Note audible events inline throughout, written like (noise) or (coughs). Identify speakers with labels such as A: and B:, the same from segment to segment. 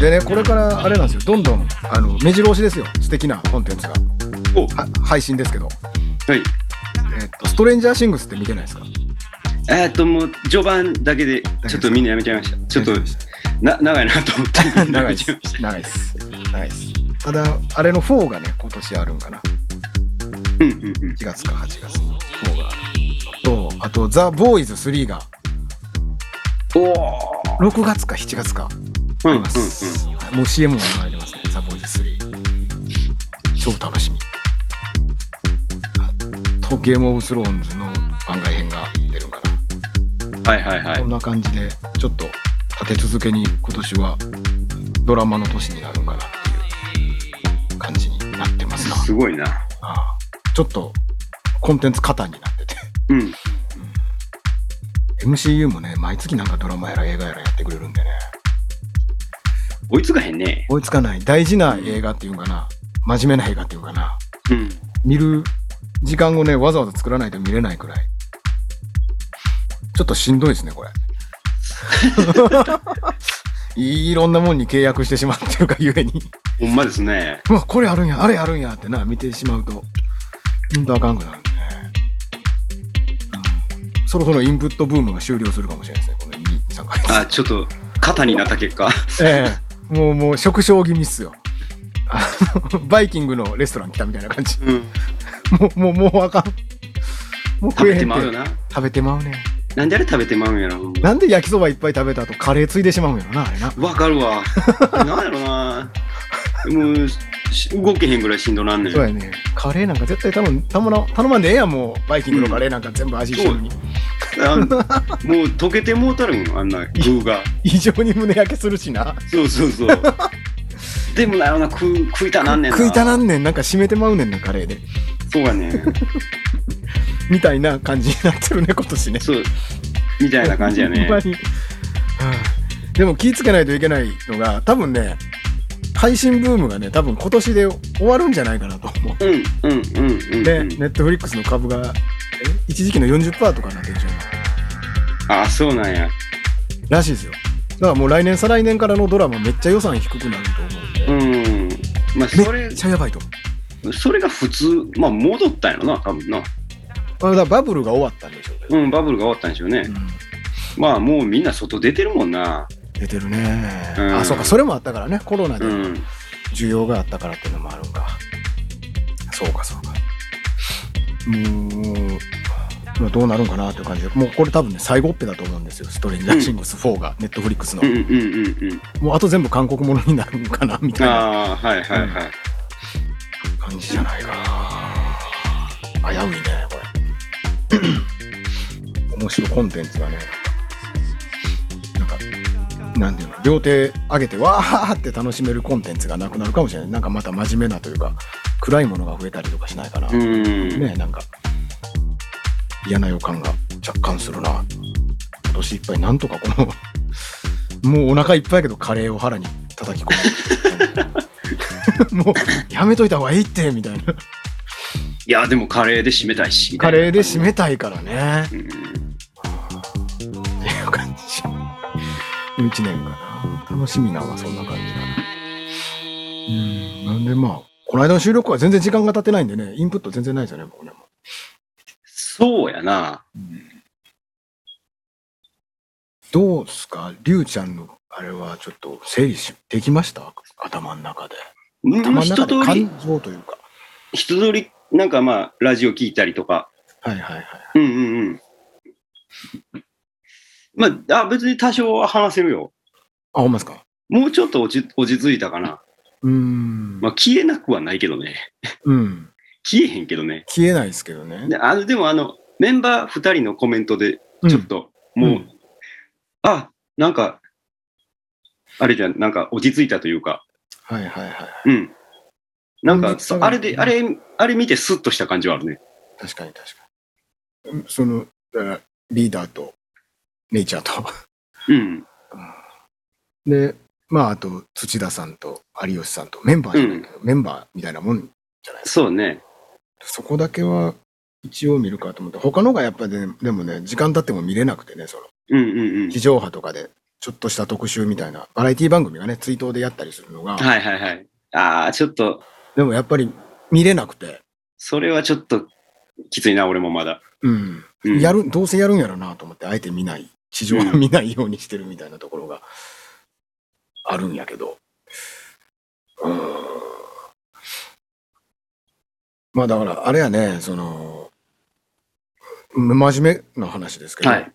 A: でねこれからあれなんですよどんどんあの目白押しですよ素敵なコンテンツが
B: お
A: は配信ですけど、
B: はい。
A: えっとストレンジャーシングスって見てないですか、
B: えーっと、もう序盤だけで、ちょっとみんなやめちゃいました。ちょっと、な、長いなと思って (laughs)
A: 長い
B: め
A: で
B: ちゃ
A: す
B: いました。
A: 長いです長いですただあれの4がね今年あるんかな
B: うんうんうん。
A: 4月か8月の4があるとあとザ・ボーイズ3が
B: おー
A: 6月か7月か
B: う
A: あ
B: んう
A: り
B: んうん。
A: ます、もう CM も流れてますねザ・ボーイズ3超楽しみあとゲームオブスローンズの番外編が出るんかな
B: はいはいはい
A: こん。な感じでちょっと立て続けに今年はドラマの年になるんかなっていう感じになってますな
B: すごいな。
A: ああちょっとコンテンツ型になってて
B: うん。
A: MCU もね毎月なんかドラマやら映画やらやってくれるんでね
B: 追いつかへんね。
A: 追いつかない大事な映画っていうんかな真面目な映画っていうかな
B: うん。
A: 見る時間をねわざわざ作らないと見れないくらいちょっとしんどいですねこれいろんなもんに契約してしまってるがゆえに
B: ほんまですね。
A: うわこれあるんやあれあるんやってな見てしまうとほんとあかんくなるんでね、うんそろそろインプットブームが終了するかもしれないですねこの23回
B: あ、ちょっと、肩になった結果。
A: ええもうもう縮小気味っすよあのバイキングのレストラン来たみたいな感じ
B: うん。
A: もうもうもうあかんもう
B: 食
A: 食えへ
B: べ
A: ん
B: て
A: て
B: まうよな。
A: 食べてまうね
B: なんであれ食べてまうんやろ。
A: なんで焼きそばいっぱい食べた後カレーついでしまうんやろなあれな
B: わかる (laughs) わ。なんやろな。もう、し動けへんぐらいしんどなんねん。
A: そうやねカレーなんか絶対頼む頼むな頼まんでええやんもうバイキングのカレーなんか全部味一緒に、
B: あもう溶けてもうたるん、あんな具が。
A: 異常に胸焼けするしな
B: そうそうそう。 (laughs) でもなよな、食う食いたなんねんな。
A: 食いたなんねんなんか締めてまうねんなカレーで
B: そうやねん。
A: みたいな感じになってるね今 (laughs) 年ね
B: そう。みたいな感じや
A: (laughs)
B: ね。
A: ほんまにはあでも気ぃつけないといけないのが多分ね配信ブームがね多分今年で終わるんじゃないかなと思う
B: うんうんうんうん。
A: でネットフリックスの株がえ一時期の40%とかになってるじゃん
B: あ、そうなんや。
A: らしいですよだからもう来年再来年からのドラマめっちゃ予算低くなると思うんで、
B: うん。まあ、そ
A: め
B: れ
A: っ、ちゃやばいと思う
B: それが普通、まあ、戻ったんやろな、多分な。
A: まあだからバブルが終わったんでしょうけど、
B: うん、バブルが終わったんでしょうね。
A: うん
B: まあ、もうみんな外出てるもんな。
A: 出てるね、
B: うん
A: あそうかそれもあったからねコロナで
B: うん。
A: 需要があったからっていうのもあるんかそうかそうかもうまあどうなるんかなっていう感じでもうこれ多分ね最後っぺだと思うんですよストレンジャーシングス4が、ネットフリックスの、
B: うんうんうんうん。
A: もうあと全部韓国ものになるんかなみたいな
B: ああ、はいはいはい。
A: 感じじゃないかな危ういねこれ (coughs) 面白いコンテンツがねなんかなんていうの両手上げてわーって楽しめるコンテンツがなくなるかもしれないなんかまた真面目なというか暗いものが増えたりとかしないかな、
B: うん。
A: ねなんか嫌な予感が若干するな今年いっぱいなんとかこのもうお腹いっぱいやけどカレーを腹に叩き込む (laughs) もうやめといた方がいいってみたいない
B: や、でもカレーで締めたいし。みた
A: カ
B: いな
A: レーで締めたいからね
B: うんうん
A: っていう感じ1年かな楽しみなのはそんな感じかなうんなんでまあこの間の収録は全然時間が経ってないんでねインプット全然ないですよね僕ね
B: そうやな。
A: どうすか、りゅうちゃんのあれはちょっと整理しできました頭の中で。
B: うん
A: 頭の
B: 一
A: 中で
B: 通り、
A: 感情というか。
B: 一通り、なんかまあ、ラジオ聞いたりとか。
A: はいはいはい。
B: うんうんうん。まあ、あ別に多少は話せるよ。
A: あ、ほんまですか。
B: もうちょっと落ち落ち着いたかな。
A: うーん。
B: まあ、消えなくはないけどね。
A: うん。
B: 消えへんけどね。
A: 消えないですけどね。
B: であのでも、あの、メンバー2人のコメントで、
A: うん
B: ちょっと、もう、
A: うん
B: あ、なんか、あれじゃん、なんか落ち着いたというか、
A: はいはいはい。
B: うん。なん
A: うん
B: か、そあれで、あれ、あれ見てスッとした感じはあるね。
A: 確かに確かに。うんその、だからリーダーと、ネイチャーと。 (laughs)
B: うん。
A: で、まああと、土田さんと有吉さんとメンバーじゃないけど、メンバーみたいなもんじゃないですか。
B: そうね。
A: そこだけは一応見るかと思って、他のがやっぱりねでもね、時間経っても見れなくてね、その。
B: うんうんうん
A: 地。上波とかでちょっとした特集みたいな、バラエティ番組がね、追悼でやったりするのが、
B: はいはいはい。ああ、ちょっと、
A: でもやっぱり見れなくて、
B: それはちょっときついな、俺もまだ。
A: うん、
B: うん
A: やる、どうせやるんやろなと思って、あえて見ない、地上は
B: うん
A: 見ないようにしてるみたいなところがあるんやけど。うん。まあだから、あれやね、その、真面目な話ですけど、
B: はい。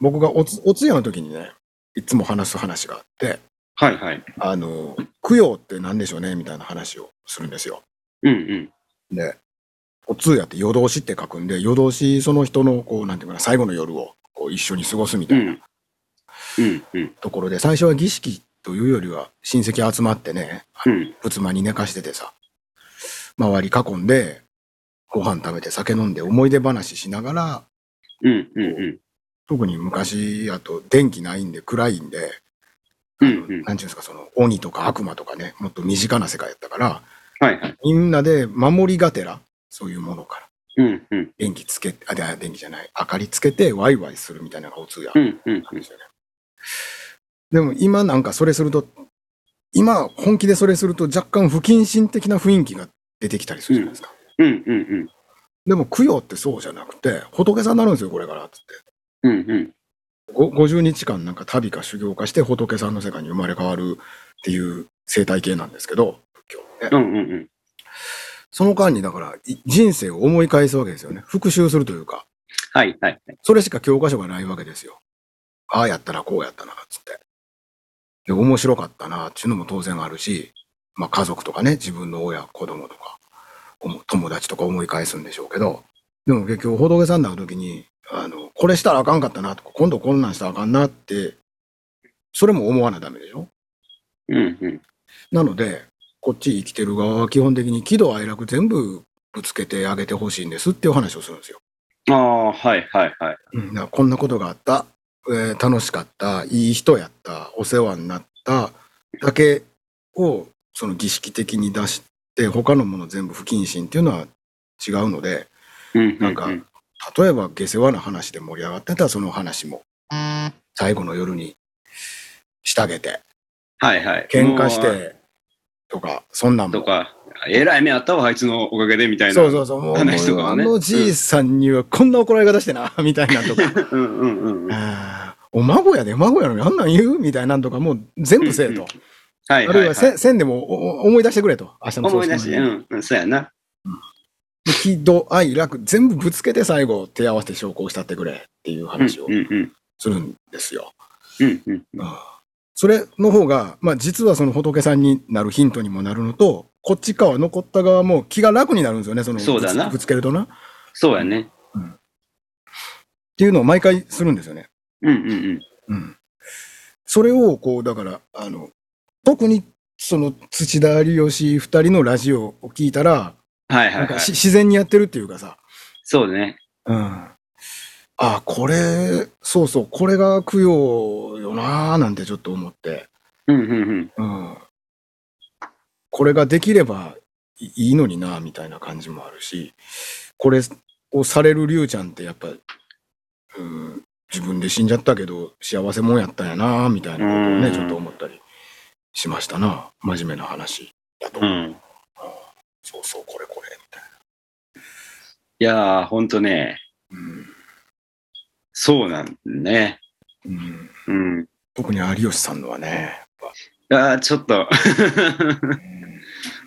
A: 僕がおつお通夜の時にね、いつも話す話があって、
B: はいはい。
A: あの、供養って何でしょうね、みたいな話をするんですよ。
B: うんうん。
A: で、お通夜って夜通しって書くんで、夜通しその人の、こう、なんていうかな、最後の夜をこう一緒に過ごすみ
B: う。
A: たいなん
B: うんうん。
A: ところで、最初は儀式というよりは、親戚集まってね、
B: うん。
A: 仏間に寝かしててさ、周り囲んで、ご飯食べて酒飲んで思い出話しながら、
B: うんうんうん。
A: 特に昔、あと電気ないんで暗いんで、あ
B: うん
A: の
B: うん
A: なんていうんですか、その鬼とか悪魔とかね、もっと身近な世界やったから、
B: はいはい。
A: みんなで守りがてら、そういうものから。
B: うんうん。
A: 電気つけて、あ、で電気じゃない、明かりつけてワイワイするみたいなのがお通夜
B: う
A: なん
B: んうんうん
A: で。すよね。でも今なんかそれすると、今本気でそれすると若干不謹慎的な雰囲気が出てきたりするじゃないですか。
B: うんうんうん。
A: でも供養ってそうじゃなくて、仏さんになるんですよ、これから、つって。
B: うんうん。
A: ご50日間なんか旅か修行かして仏さんの世界に生まれ変わるっていう生態系なんですけど、仏教ね
B: うんうんうん。
A: その間にだからい人生を思い返すわけですよね。復習するというか。
B: はいはいはい。
A: それしか教科書がないわけですよ。ああやったらこうやったな、つって。で、面白かったな、っていうのも当然あるし、まあ家族とかね、自分の親、子供とか、おも友達とか思い返すんでしょうけど、でも結局、仏さんになる時に、あの、これしたらあかんかったなとか、今度こんなんしたらあかんなって、それも思わなダメでしょ
B: うんうん。
A: なので、こっち生きてる側は基本的に喜怒哀楽全部ぶつけてあげてほしいんですっていう話をするんですよ。
B: ああ、はいはいはい。
A: うん、だからこんなことがあった、えー楽しかった、いい人やった、お世話になっただけをその儀式的に出して、他のもの全部不謹慎っていうのは違うので、
B: うんうんうん。
A: なんか例えば下世話な話で盛り上がってたその話も、最後の夜にしてあげて、
B: はいはい。
A: 喧嘩し
B: もう。
A: てとか、そんなん
B: と
A: も。
B: か、えらい目あったわ、あいつのおかげでみたいな。
A: そうそうそう、もう、
B: 話と
A: あ
B: かはね
A: のじいさんにはこんな怒られ方してな、 (laughs) みたいなとか。
B: うんうんうんうん。は
A: あーお孫やで、孫やのにあんなん言うみたいなんとかもう全部せえと。
B: い
A: あ
B: は
A: るい
B: い、
A: は
B: は
A: せ
B: い。
A: せんでもおお思い出してくれと。明日の
B: 思い出
A: し
B: して、
A: て
B: う
A: も
B: ん、うん、そうやな。
A: 喜怒哀楽全部ぶつけて最後手合わせて証拠をしたってくれっていう
B: うん
A: 話を
B: うんうん。
A: するんですよ。
B: うんうん。
A: あーそれの方が、まあ実はその仏さんになるヒントにもなるのと、こっち側残った側も気が楽になるんですよね、そのぶつ
B: そうだな
A: ぶつけるとな。っ
B: そうやね。
A: ていうのを毎回するんですよね。
B: うんうんうん。
A: うん、それをこうだからあの特にその土田有吉2人のラジオを聞いたら
B: は
A: な
B: いは、
A: いん
B: は
A: か
B: い
A: し。自然にやってるっていうかさ、
B: そうだね。
A: うん、ああこれそうそうこれが供養よなーなんてちょっと思って、
B: うんうんうん。
A: うん、これができればいいいのになーみたいな感じもあるしこれをされる龍ちゃんってやっぱ、うん、自分で死んじゃったけど幸せもんやったんやなーみたいなことを
B: う
A: ね
B: ん
A: ちょっと思ったりしましたな真面目な話だと、
B: うん。
A: そうそうこれこれみたい
B: いやー、ほんとね、そうなんね。
A: な、うんうん、
B: うん。
A: 特に有吉さんのはね、
B: あー、ちょっと。 (laughs)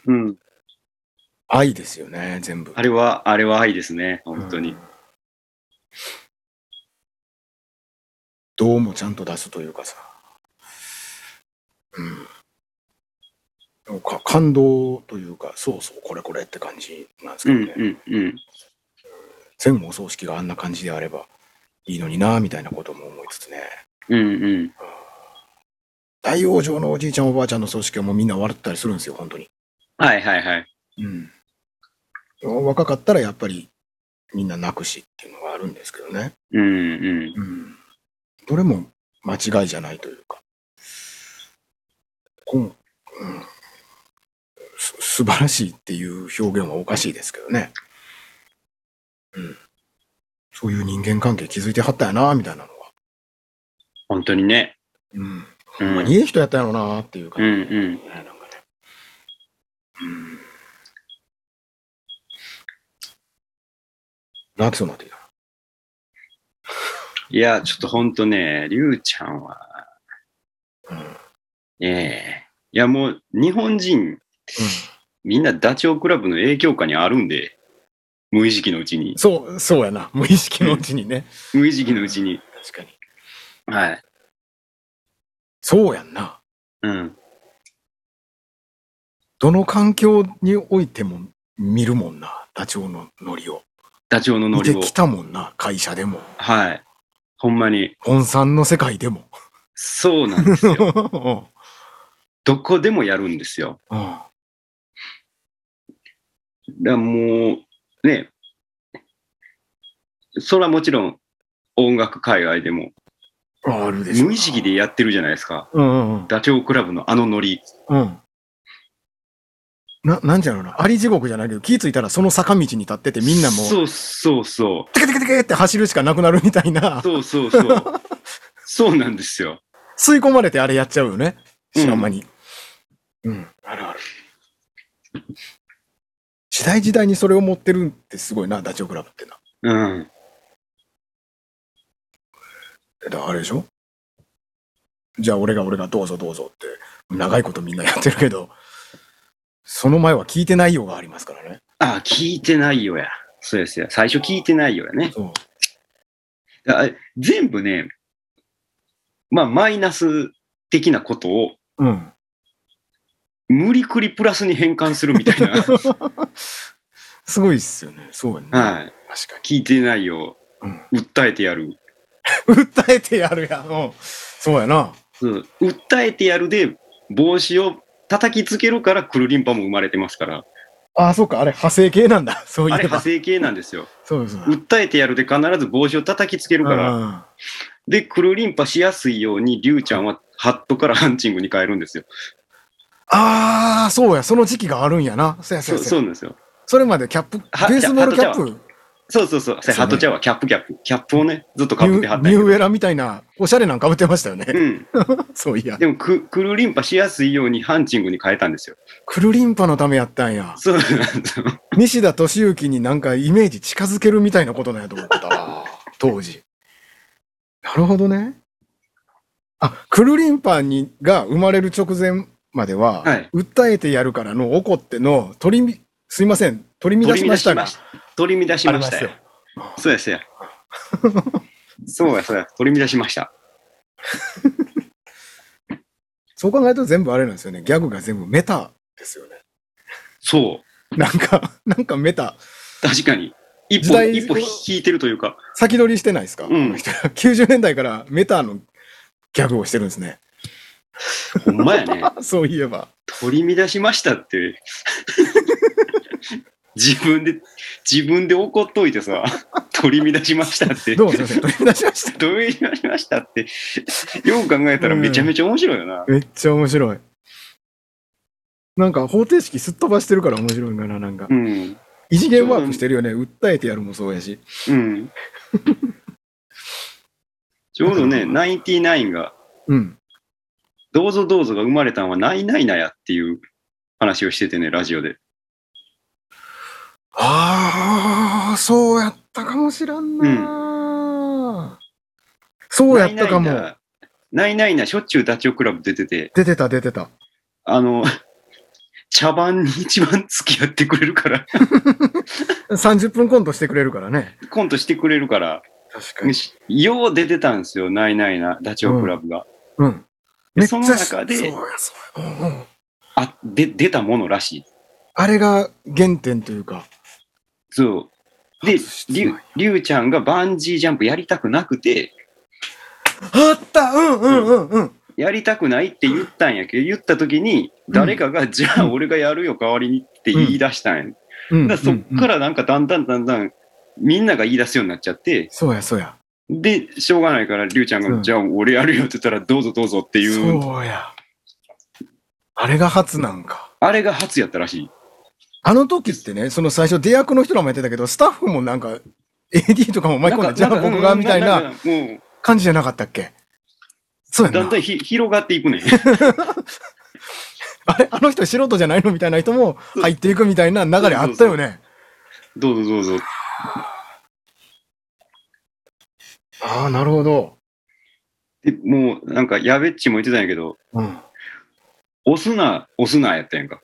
B: うん。
A: 愛ですよね全部
B: あれは、あれは愛ですね。本当
A: う
B: に
A: ん。どうもちゃんと出すというかさうんなんか感動というかそうそうこれこれって感じなんです
B: う
A: けど
B: ん
A: ね、
B: うんうん。
A: 全部お葬式があんな感じであればいいのになみたいなことも思いつつね
B: うんうん。
A: 大往生のおじいちゃんおばあちゃんの葬式はもうみんな笑ったりするんですよ本当に
B: はいはいはい。
A: うん若かったらやっぱりみんな泣くしっていうのがあるんですけどね
B: うんうん。
A: うんどれも間違いじゃないというか、こんうん、す素晴らしいっていう表現はおかしいですけどね、うん、そういう人間関係気づいてはったやなみたいなのは、
B: 本当にね。
A: うん。
B: う
A: ほん
B: ん
A: まにいい人やったんやろうなっていう
B: う
A: 感
B: ん
A: じ。
B: うん。
A: ねなんかね。うん。泣きそうになってきた。
B: いや、ちょっとほんとね、りゅうちゃんは、
A: うん。うん
B: ええいや、もう、日本人、みんなダチョウ倶楽部の影響下にあるんで、無意識のうちに。
A: そう、そうやな。無意識のうちにね。
B: 無意識のうちに。
A: 確かに。
B: はい。
A: そうやんな。
B: うん。
A: どの環境においても見るもんな。ダチョウのノリを。
B: ダチョウのノ
A: 見
B: リ
A: て
B: を。
A: きたもんな。会社でも。
B: はい。ほんまに。
A: 本産の世界でも。
B: そうな
A: (laughs)
B: んですよ。
A: うん
B: どこでもやるんですよ。
A: うん
B: だからもう、ね、それはもちろん音楽界隈でも
A: あるでしょ。
B: 無意識でやってるじゃないですか。
A: うんうん
B: ダチョウ倶楽部のあのノリ。
A: うん。うん。な、なんじゃろうな。あり地獄じゃないけど、気付いたらその坂道に立っててみんなもう、
B: そうそうそ。
A: テケテケテケって走るしかなくなるみたいうな、
B: そうそ
A: (laughs)
B: うそう。そうなんですよ。
A: 吸い込まれてあれやっちゃうよね。知らん間に。うん。あるある。時代時代にそれを持ってるってすごいな、ダチョウ倶楽部ってな。
B: うん。
A: だからあれでしょじゃあ俺が俺がどうぞどうぞって、長いことみんなやってるけど、その前は聞いてないようがありますからね。
B: あ、聞いてないよや。そうですよ。最初聞いてないよやね。
A: そう。
B: あ全部ね、まあ、マイナス的なことを
A: うん。
B: 無理くりプラスに変換するみたいな。
A: (laughs) すごいっすよね。そうやね。
B: はい。
A: 確かに。
B: 聞いてないよ。訴えてやる。
A: 訴えてやるやん。うんそうやな。
B: そう訴えてやるで帽子を叩きつけるからくるりんぱも生まれてますから
A: ああ、そうか。あれ、派生系なんだ。そうい
B: あれ
A: え
B: 派
A: ば。
B: 生系なんですよ
A: そうです。う
B: 訴えてやるで必ず帽子を叩きつけるから
A: ん
B: でくるりんぱしやすいようにりゅうちゃんはハットからハンチングに変えるんですよ
A: ああ、そうや。その時期があるんやな。そうやそう
B: そう
A: や。
B: そ
A: そううや
B: なんですよ
A: それまでキャップ、ベ
B: は
A: ースボールキャップ、
B: そうそうそ
A: そう
B: う
A: ね
B: ハットちゃんはキャップキャップキャップをねずっとかぶっ
A: ニ
B: てはっ
A: ュ
B: た
A: ニ
B: んや
A: ューエラみたいな、おしゃれなんかぶってましたよね。
B: (laughs) うん、
A: そういや。
B: でもくくるりんぱしやすいようにハンチングに変えたんですよ
A: クルリンパのためやったんや。
B: そうなんですよ
A: 西田敏行になんかイメージ近づけるみたいなことなんやと思ってたわ当時なるほどねあクルリンパにが生まれる直前までは、
B: はい
A: 訴えてやるからの怒っての取りみすいません取り乱
B: 取
A: し
B: り
A: ま
B: 乱
A: し
B: したま
A: が
B: した取り乱しましたよそうですよ。そうや、そうや。取り乱しました。
A: そう考えると全部あれなんですよねギャグが全部メタですよね
B: そう。
A: なんかなんかメタ
B: 確かに。一
A: 時
B: 歩、
A: 代
B: 一歩引いてるというか。
A: 先取りしてないですか、
B: うん
A: 90年代からメタのギャグをしてるんですね
B: ほんまやね。
A: そういえば
B: 取り乱しましたって。 (laughs) 自分で、自分で怒っといてさ、取り乱しましたって。
A: どうもすいません取り乱しました
B: 取り乱しましたって。よう考えたらめちゃめちゃ面白いよな。
A: めっちゃ面白い。なんか方程式すっ飛ばしてるから面白いんかな、なんか
B: う。ん。
A: 異次元ワークしてるよね。訴えてやるもそうやし。
B: うん。ちょうどね、ナインティナインが、
A: うん。
B: どうぞどうぞが生まれたんはないないなやっていう話をしててね、ラジオで。
A: ああ、そうやったかもしらんな、そうやったかも。
B: ないないな、ないないなしょっちゅうダチョウ倶楽部出てて、
A: 出てた、出てた。
B: あの、 (laughs) 茶番に一番付き合ってくれるから、 (laughs)
A: 30分コントしてくれるからね。
B: コントしてくれるから、
A: 確かに。
B: よう出てたんですよ、ないないな、ダチョウ倶楽部が。
A: うん。
B: で
A: めっち
B: そ
A: ゃ
B: の中で
A: そうや、そうや。うんうん
B: あ、で、出たものらしい。
A: あれが原点というか。
B: そう。で
A: 初、出
B: り
A: 演
B: ゅうりゅうちゃんがバンジージャンプやりたくなくて、
A: あったうんうんうんうん。
B: やりたくないって言ったんやけど、言った時に、誰かが、じゃあ俺がやるよ、代わりにって言い出したんや。
A: うん。
B: だからそっかららなんかだんだんだんだん、みんなが言い出すようになっちゃって、
A: そうや、そうや。
B: で、しょうがないから、りゅうちゃんが、
A: うん
B: じゃあ俺やるよって言ったら、どうぞどうぞっていう、
A: そうや。あれが初なんか。
B: あれが初やったらしい。
A: あの時ってね、その最初、出役の人らもやってたけど、スタッフもなんか、AD とかも巻き込んで、じゃあ僕がみたいな
B: もう、
A: 感じじゃなかったっけそうやん
B: だんだ
A: な。
B: んひ広がってい
A: (laughs)
B: くねん。
A: あれ、あの人素人じゃないのみたいな人も入っていくみたいな流れあったよね。
B: どうぞどうぞ。
A: ああ、なるほど。
B: でもう、なんか、やべっちも言ってたんやけど、
A: うん。はい
B: 押すな、押すなやったやんか。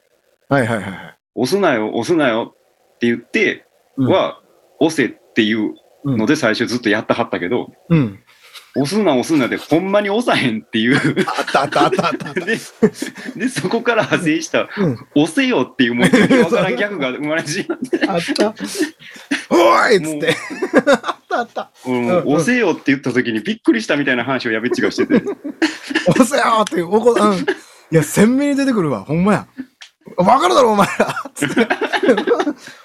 A: はいはいはい。
B: 押すなよ、押すなよって言って
A: うん
B: は、押せっていう
A: うん
B: ので最初ずっとやったはったけど、
A: うん。
B: 押すな押すなでほんまに押さへんっていう。
A: (laughs) あったあったあったあった。
B: で、でそこから派生した、
A: うん
B: 押せよっていうもう意味わからんギャグが生まれてしまって、
A: あ (laughs) った。おいっつって。 (laughs) あったあった。
B: 俺もう押せよって言った時にびっくりしたみたいな話をやべっちがしてて、
A: 押せよーっておこ、うん。いや、鮮明に出てくるわ。ほんまや。わかるだろ、お前ら。 (laughs) つって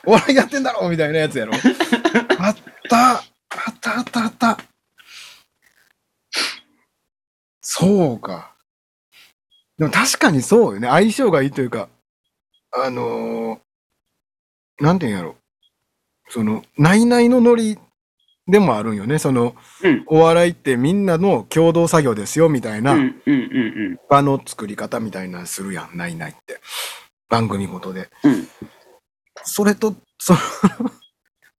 A: お笑いやってんだろ、みたいなやつやろ。あった。あったあったあった。そうか。でも確かにそうよね。相性がいいというか、あのー、なんて言うんやろ。その、ないないのノリでもあるんよね。その、
B: うん
A: お笑いってみんなの共同作業ですよ、みたいな。
B: うんうんうん
A: 場の作り方みたいなのするやん、ないないって。番組ごとで。
B: うん。うん。
A: それと、その、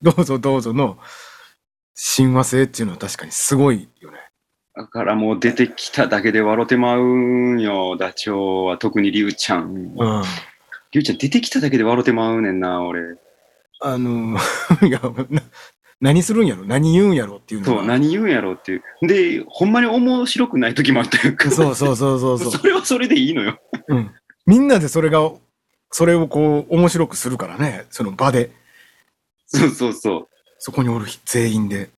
A: (laughs) どうぞどうぞの親和性っていうのは確かにすごいよね。
B: だからもう出てきただけで笑ってまうんよ、ダチョウは。特にリュウちゃん。
A: うん。あ
B: リュウちゃん出てきただけで笑ってまうねんな、俺。
A: の、いや、な何するんやろ何言うんやろっていうの
B: そう、何言うんやろうっていう。で、ほんまに面白くない時もあったやんか。
A: そうそうそうそう (laughs) そう。
B: それはそれでいいのよ。
A: うん。みんなでそれが、それをこう、面白くするからね。その場で、
B: そうそうそう。
A: そこにおる人全員で。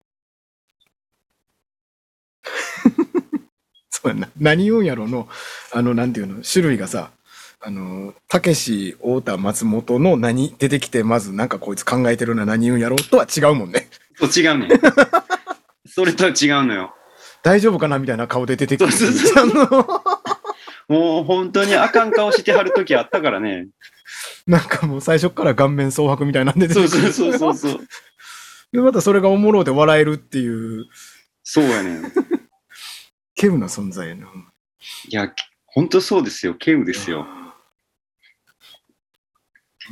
A: (laughs) そうやな。何言うんやろの、あの、なんていうの、種類がさ、あの、たけし、太田、松本の何、出てきて、まず、なんかこいつ考えてるな、何言うんやろとは違うもんね。
B: そう違うねん。
A: (laughs)
B: それとは違うのよ。
A: 大丈夫かなみたいな顔で出てくる。
B: そうそうそ
A: あ
B: もう本当にあかん顔してはる時あったからね。
A: のなんかもう最初から顔面蒼白みたいなんで出て
B: そう
A: くる。
B: そうそうそうそう。
A: (laughs) でまたそれがおもろうで笑えるっていう、
B: そうやねん。い
A: 稀有な存在やな。
B: や、本当そうですよ。ケウですよ。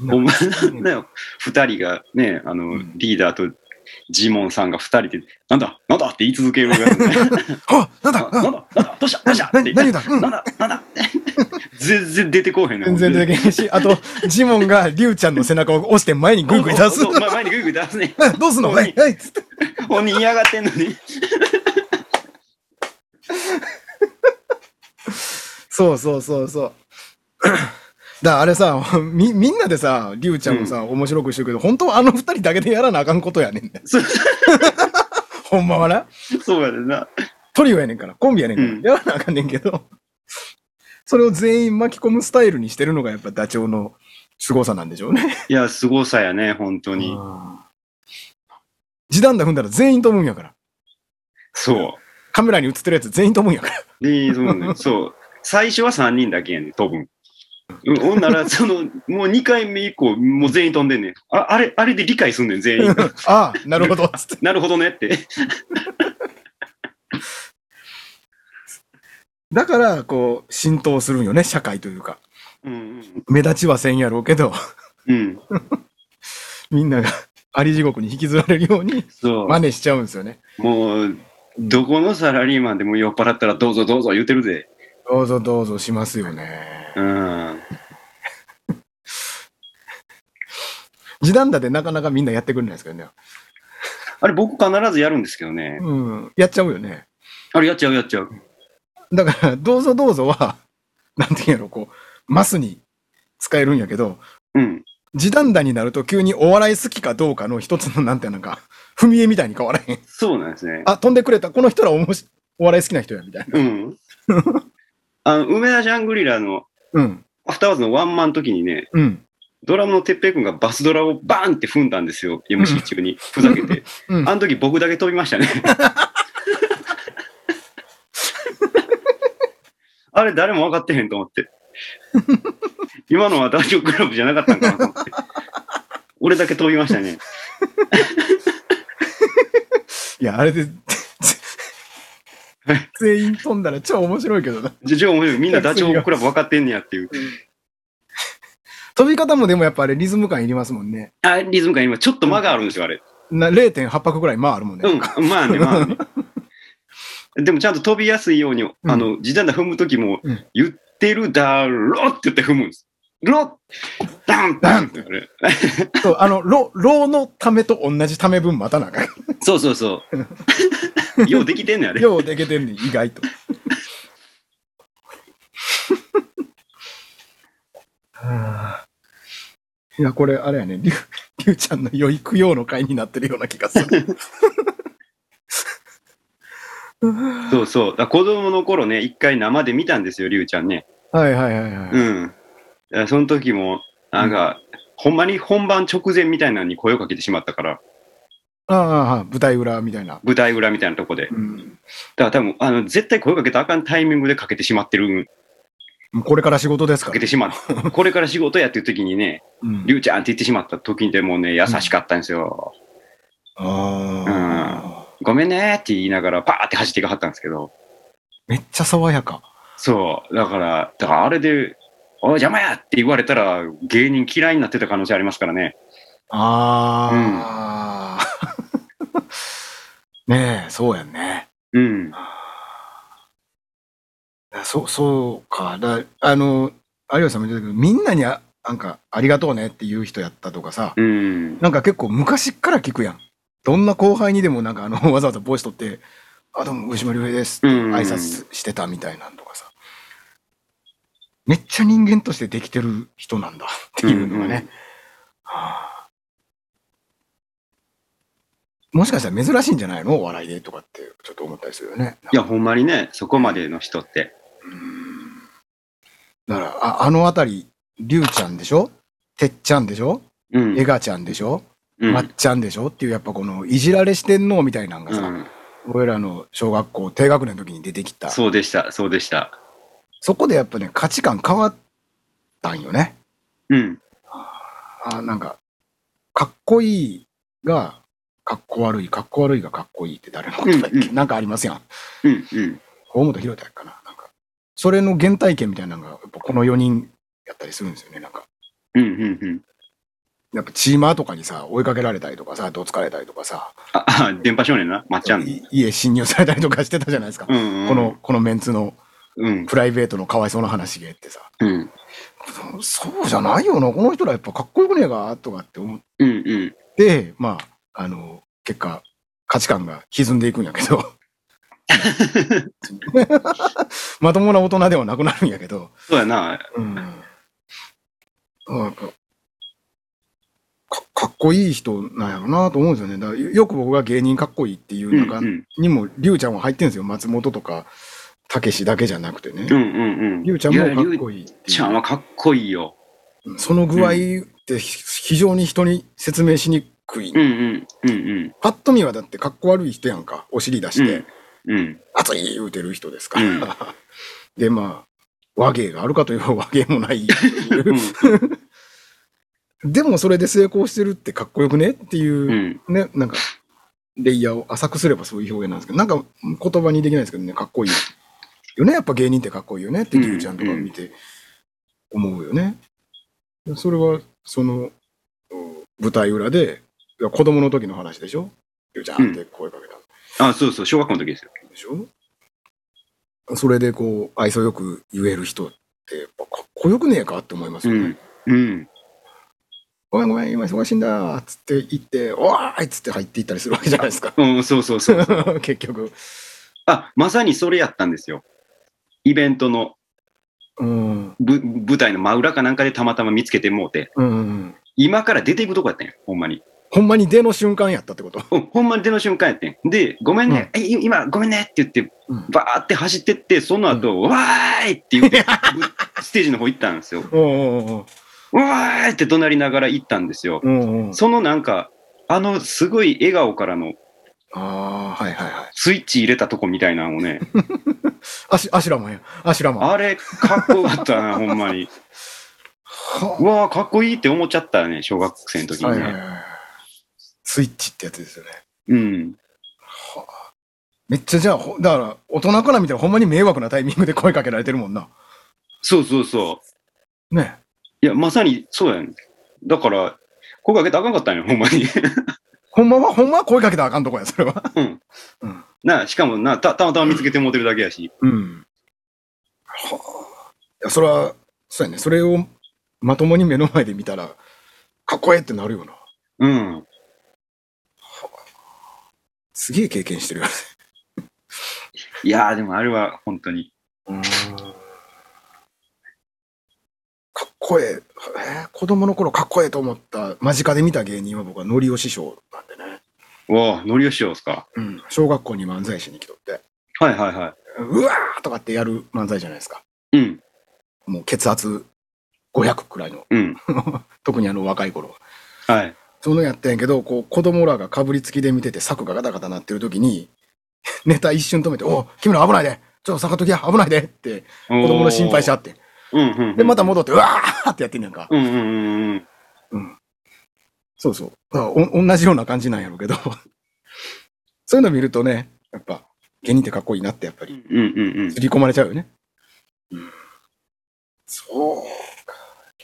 A: みんな。
B: ほんまだよ。二人がね、あの、
A: うん
B: リーダーとジモンさんが二人で、なんだなんだって言い続けるからね、
A: (laughs) あ、なん
B: な
A: だ、
B: なんだなんだどうしたどうしたっ
A: な
B: て。
A: 何言うんだ、うん
B: なんだなんだ全然出てこうへんね
A: 全然出てけへんし、あと、ジモンがリュウちゃんの背中を押して前にグイグイ出す
B: そう。そうそう前にグイグイ出すね。
A: どうすんのはい、はい、つって。
B: 本人嫌がってんのに。
A: そうそうそうそう。 (coughs) だからあれさ、 (laughs) み、みんなでさ、リュウちゃんもさ、面白くしてるけど、本当はあの二人だけでやらなあかんことやねん (laughs) ね
B: (laughs) そう。
A: ほんまはな。
B: そうやでな。
A: トリオやねんから、コンビやねんから、
B: うん
A: やらなあかんねんけど、それを全員巻き込むスタイルにしてるのがやっぱダチョウの凄さなんでしょうね。
B: いや、凄さやね、本当に。
A: 時短だ踏んだら全員飛ぶんやから。
B: そう。
A: カメラに映ってるやつ全員飛ぶんやから。
B: で、そうね、そう。最初は3人だけやねん、飛ぶん。うんほんなら、その、もう2回目以降、もう全員飛んでんねん。ああれ、あれで理解すんねん、全 (laughs) 員が。
A: ああ、なるほど。つって
B: なるほどねって。
A: だから、こう、浸透するんよね、社会というか。
B: うん
A: 目立ちはせんやろうけど、 (laughs)
B: うん。うん。
A: みんなが、 (laughs) あり地獄に引きずられるように、
B: そ
A: 真似しちゃうんですよね。
B: う。もう、どこのサラリーマンでも酔っ払ったら、どうぞどうぞ言うてるぜ。
A: どうぞどうぞしますよね。
B: うん。
A: 時短だってなかなかみんなやってくれないですけどね。
B: あれ、僕必ずやるんですけどね。
A: うん、やっちゃうよね。
B: あれ、やっちゃう、やっちゃう。
A: だから、どうぞどうぞは、なんていうんやろ、こう、マスに使えるんやけど、
B: うん。
A: 時短だになると急にお笑い好きかどうかの一つの、なんていうのか、踏み絵みたいに変わらへん。
B: そうなんですね。
A: あ、飛んでくれた。この人らおもしお笑い好きな人や、みたいな。
B: うん。あの、梅田ジャングリラの、
A: うん、
B: アフターワーズのワンマンの時にね、
A: うん、
B: ドラムの哲平君がバスドラをバーンって踏んだんですよ、MC 中に、ふざけて。
A: うん。
B: あの時僕だけ飛びましたね。
A: (laughs)
B: あれ、誰も分かってへんと思って。今のはダチョウ倶楽部じゃなかったんかなと思って。俺だけ飛びましたね。 (laughs)
A: いや、あれで、全員飛んだら超面白いけどな。
B: じゃじゃあお前みんなダチョウ倶楽部分かってんねやっていう。
A: 飛び方もでもやっぱあれリズム感いりますもんね。
B: あ、リズム感今ちょっと間があるんですよ、あれ。
A: な0.8拍ぐらい回るもんね。
B: うん、まあね、まあね。 (laughs) でもちゃんと飛びやすいように、あの、時短だ踏むときも
A: うん、
B: 言ってるだろって言って踏むんです。ろダンダンってあれ。
A: そう、あの、ロ、ロのためと同じため分またなあかん。
B: そうそう (laughs) そう。ようできてんねんあれ。
A: ようでけてんねん意外
B: (laughs)
A: と。はあいや、これ、あれやね、りゅう、りゅうちゃんの養育用の会になってるような気がす
B: (laughs)
A: る。
B: そうそう。だから子供の頃ね、一回生で見たんですよ、りゅうちゃんね。
A: はいはいはいはい。
B: うん。だからその時も、なんか、ほんまに本番直前みたいなのに声をかけてしまったから、
A: ああ、ああ舞台裏みたいな。
B: 舞台裏みたいなとこで。
A: うん。
B: だから多分、あの、絶対声かけたらあかんタイミングでかけてしまってる、
A: もうこれから仕事です
B: か
A: か
B: け
A: ら。
B: てしまう。これから仕事やっていう時にね、
A: うん
B: りゅうちゃんって言ってしまった時にでもね、優しかったんですよ。
A: ああ、
B: ごめんねって言いながら、パーって走っていかはったんですけど、
A: めっちゃ爽やか。
B: そう。だから、だからあれで、おい邪魔やって言われたら、芸人嫌いになってた可能性ありますからね。
A: ああ。 (laughs) ねえ、そうやんね。
B: うん。
A: あそう、そうか。だあの、有吉さんも言ってたけど、みんなにあ、なんか、ありがとうねっていう人やったとかさ、
B: うん。
A: なんか結構昔っから聞くやん。どんな後輩にでもなんか、あの、 (laughs) わざわざ帽子取って、あ、どうも、上島竜兵です。
B: うん。
A: 挨拶してたみたいなんとかさ。めっちゃ人間としてできてる人なんだっていうのが
B: うんうん
A: ね。はあもしかしたら珍しいんじゃないのお笑いでとかってちょっと思ったりするよね。
B: いや、ほんまにね、そこまでの人って。
A: だから、ああのあたり、りゅうちゃんでしょてっちゃんでしょ
B: うん。
A: えがちゃんでしょ、
B: うん
A: まっちゃんでしょっていう、やっぱこの、いじられしてんのみたいなんがさ、
B: うん
A: 俺らの小学校、低学年の時に出てきた。そ
B: そうでした、そうでした。
A: こでやっぱね、価値観変わったんよね。
B: うん。
A: あなんか、かっこいいが、かっこ悪い、かっこ悪いがかっこいいって誰のことだっけ、
B: うんうん
A: なんかありますやん。
B: うん。うん。
A: 大本博太やっかな。なんか、それの原体験みたいなのが、やっぱこの4人やったりするんですよね、なんか。
B: うん。うん。うん。
A: やっぱチーマーとかにさ、追いかけられたりとかさ、どつかれたりとかさ、
B: あ、あ電波少年な、まっちゃん。
A: い家侵入されたりとかしてたじゃないですか。
B: うん。うん
A: この、、このメンツの
B: うん。
A: プライベートのかわいそうな話げってさ、
B: うん。
A: そそうじゃないよな、この人らやっぱかっこよくねえか、とかって思っ
B: うん。うん。
A: て、まあ、あの、結果、価値観が歪んでいくんやけ
B: (laughs)
A: ど、まともな大人ではなくなるんやけど、
B: そうやな。
A: うん。なんかかかっこいい人なんやろうなと思うんですよね。だからよよく僕が芸人かっこいいっていう
B: うん。う
A: 中
B: ん。
A: にも、りゅうちゃんは入ってるんですよ。松本とか、たけしだけじゃなくてね。
B: うん。うん。うん。
A: りゅうちゃんもか
B: い
A: っ
B: やりゅ
A: こいいっていう
B: うちゃんはかっこいいよ。
A: その具合ってひ非常に人に説明しにくい。
B: うん。うん。うん。うん。
A: パッと見はだってかっこ悪い人やんか。お尻出して、
B: うん。
A: 熱い言うてる人ですから。
B: うん
A: (laughs) で、まあ、和芸があるかという和芸も
B: (laughs)
A: ない。
B: うん。
A: でもそれで成功してるってかっこよくねっていう
B: う。ん。
A: ね、なんか、レイヤーを浅くすればそういう表現なんですけど、なんか言葉にできないですけどね、かっこいいよね、やっぱ芸人ってかっこいいよねって、
B: うん
A: りゅうちゃんとか見て思うよね。それは、その、うん舞台裏で、いや子供の時の話でしょりゅうちゃんって声かけたん
B: あ、そうそう、小学校の時ですよ。
A: でしょ、それでこう、愛想よく言える人って、やっぱかっこよくねえかって思います
B: う
A: よね。
B: ん。うん。
A: ごめんごめん、今忙しいんだっつって行って、おーいっつって入っていったりするわけじゃないですか。 (laughs)
B: うん、そうそうそう。
A: 結局。
B: あ、まさにそれやったんですよ。イベントの、
A: うん。
B: ぶ舞台の真裏かなんかでたまたま見つけてもうて、
A: うんうん、
B: 今から出ていくとこやったんや、ほんまに。
A: ほんまに出の瞬間やったってこと。
B: うんほんまに出の瞬間やってん。で、ごめんね、えい今、ごめんねって言って、
A: うん
B: バーって走ってって、その後、わーいって言
A: (laughs)
B: って、ぶステージの方行ったんですよ。
A: おう
B: わーいって怒鳴りながら行ったんですよ。
A: おうおうおうおう
B: そのなんか、あのすごい笑顔からの
A: ああ、はいはいはい。
B: スイッチ入れたとこみたいなのをね、
A: アシアシュラマンや。アシュラマン。
B: あれ、かっこよかっ
A: (laughs)
B: たな、ほんまに。う
A: は
B: わー、かっこいいって思っちゃったね、小学生の時に
A: は
B: ね。
A: いはいはい。スイッチってやつですよね。
B: うん。
A: はあめっちゃじゃあ、ほだから、大人から見たらほんまに迷惑なタイミングで声かけられてるもんな。
B: そうそうそう。
A: ね
B: いや、まさにそうやねん。だから、声かけてあかんかったんよ、ほんまに。 (laughs)
A: ほんまは、ほんまは声かけたらあかんとこや、それは。
B: うん
A: うん。
B: なあ、しかもな、たたまたま見つけてもうてるだけやし。
A: うん。はあ。いや、それは、そうやね。それをまともに目の前で見たら、かっこええってなるよな。
B: うん。
A: すげえ経験してるよね。
B: いやー、でもあれは本当に。
A: かっこええ、えー子供の頃かっこええと思った、間近で見た芸人は僕はのりお師匠なんでね。
B: わあ、ノリよしようっすか。
A: うん。小学校に漫才師に来とって、
B: はいはいは
A: うわーとかってやる漫才じゃないですか。
B: い。うん、
A: もう血圧500くらいの、
B: うん。
A: 特にあの若い頃は。
B: はい。
A: そのやってんやけど、こう子供らがかぶりつきで見てて、柵がガタガタなってる時に、 (laughs) ネタ一瞬止めて、おう君ら危ないでちょっと坂時や、危ないでって、
B: 子
A: 子供の心配しちゃって。
B: うんうんうん。
A: で、また戻って、うわーってやってんねんか。
B: うんうんうんうん。
A: そうそう。だからお同じような感じなんやろうけど。 (laughs) そういうの見るとね、やっぱ、芸人ってかっこいいなって、やっぱ
B: う
A: り、
B: んうんうん
A: 刷。り込まれちゃうよね。うん、そうか。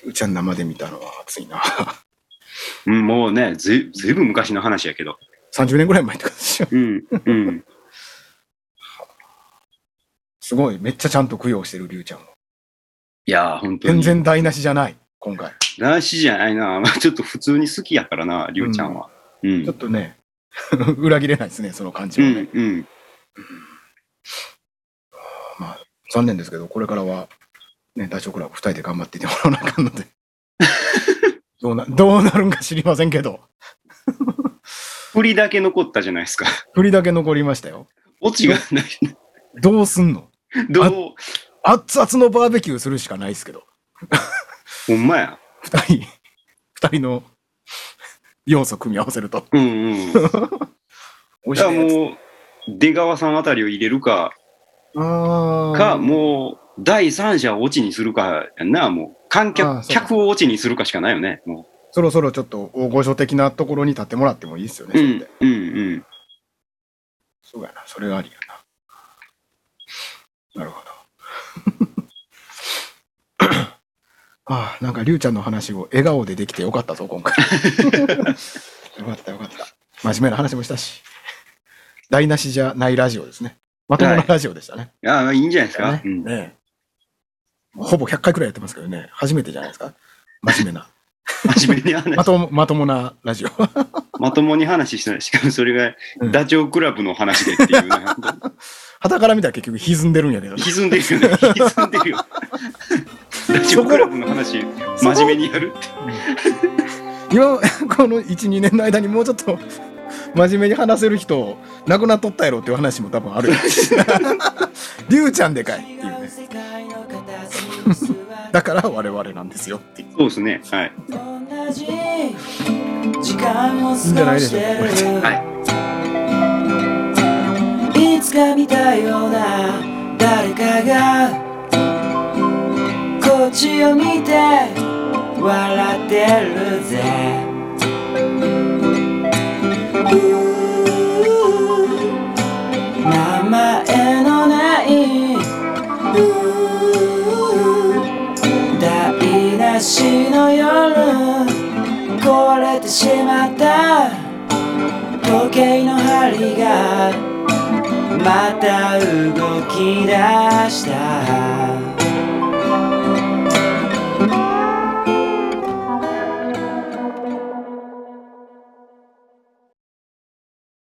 A: うちゃん生で見たのは熱いな。
B: うん、もうね、ずいずいぶん昔の話やけど。
A: 30年ぐらい前って感じでしょ。
B: うん、うん。
A: すごい、めっちゃちゃんと供養してる、りゅうちゃんは。
B: いやー、本当
A: 全
B: に。
A: 然台無しじゃない、今回。
B: なしじゃないな。 (laughs) まあちょっと普通に好きやからな、りゅうちゃんは。うん。
A: ちょっとね、 (laughs) 裏切れないですね、その感じ
B: う
A: はね。
B: ん、うん。
A: 残念ですけど、これからは、ね、大将クラブ2人で頑張っていてもらわなあかんので、 (laughs) どうな、どうなるんか知りませんけど、
B: 振りだけ残ったじゃないで
A: (laughs)
B: すか。
A: 振りだけ残りましたよ。
B: オチがない。
A: どうすんの
B: どう
A: 熱々のバーベキューするしかないですけど、
B: ほんまや。
A: 2人、2人の要素組み合わせると。
B: う
A: (laughs)
B: んうん。だか
A: 美味し
B: ら
A: いね
B: もう、出川さんあたりを入れるか、
A: あー
B: か、もう、第三者をオチにするかやんな、もう。観
A: ああそう
B: 客、
A: か
B: 客をオチにするかしかないよね、も
A: そろそろちょっと大御所的なところに立ってもらってもいいですよね、
B: う。う
A: それ
B: ん
A: で、
B: うん、うん。
A: そうやな、それがありやな。なるほど。 (laughs) ああ、なんか、りゅうちゃんの話を笑顔でできてよかったぞ、今
B: (laughs)
A: 回。よかった、よかった。真面目な話もしたし。台無しじゃないラジオですね。まともなラジオでしたね。
B: ああ、いいんじゃないですか。
A: ね
B: うん、
A: ねえほぼ100回くらいやってますけどね、初めてじゃないですか。真面目な。
B: 真面目に話
A: (laughs) まともまともなラジオ。 (laughs)
B: まともに話してない。しかもそれが
A: う、ん
B: ダチョウ倶楽部の話でって
A: (laughs)
B: いうね。
A: 傍から見たら結局歪んでるんやけどね、
B: 歪んでるよね。歪んでるよ。ダチョウ倶楽部の話、
A: そこ
B: 真面目にやるって。
A: 今 (laughs) この12年の間にもうちょっと真面目に話せる人亡くなっとったやろっていう話も多分ある (laughs) りゅうちゃんでかいっていうねだから我々なんですよっていう
B: そうですね。はい。
C: 時間を
A: いいんじゃないでしょうかこれ
B: はい
C: 過ごしてるつか見たような誰かがこっちを見て笑ってるぜうー名前のないうー台無しの夜壊れてしまった時計の針がまた動き出した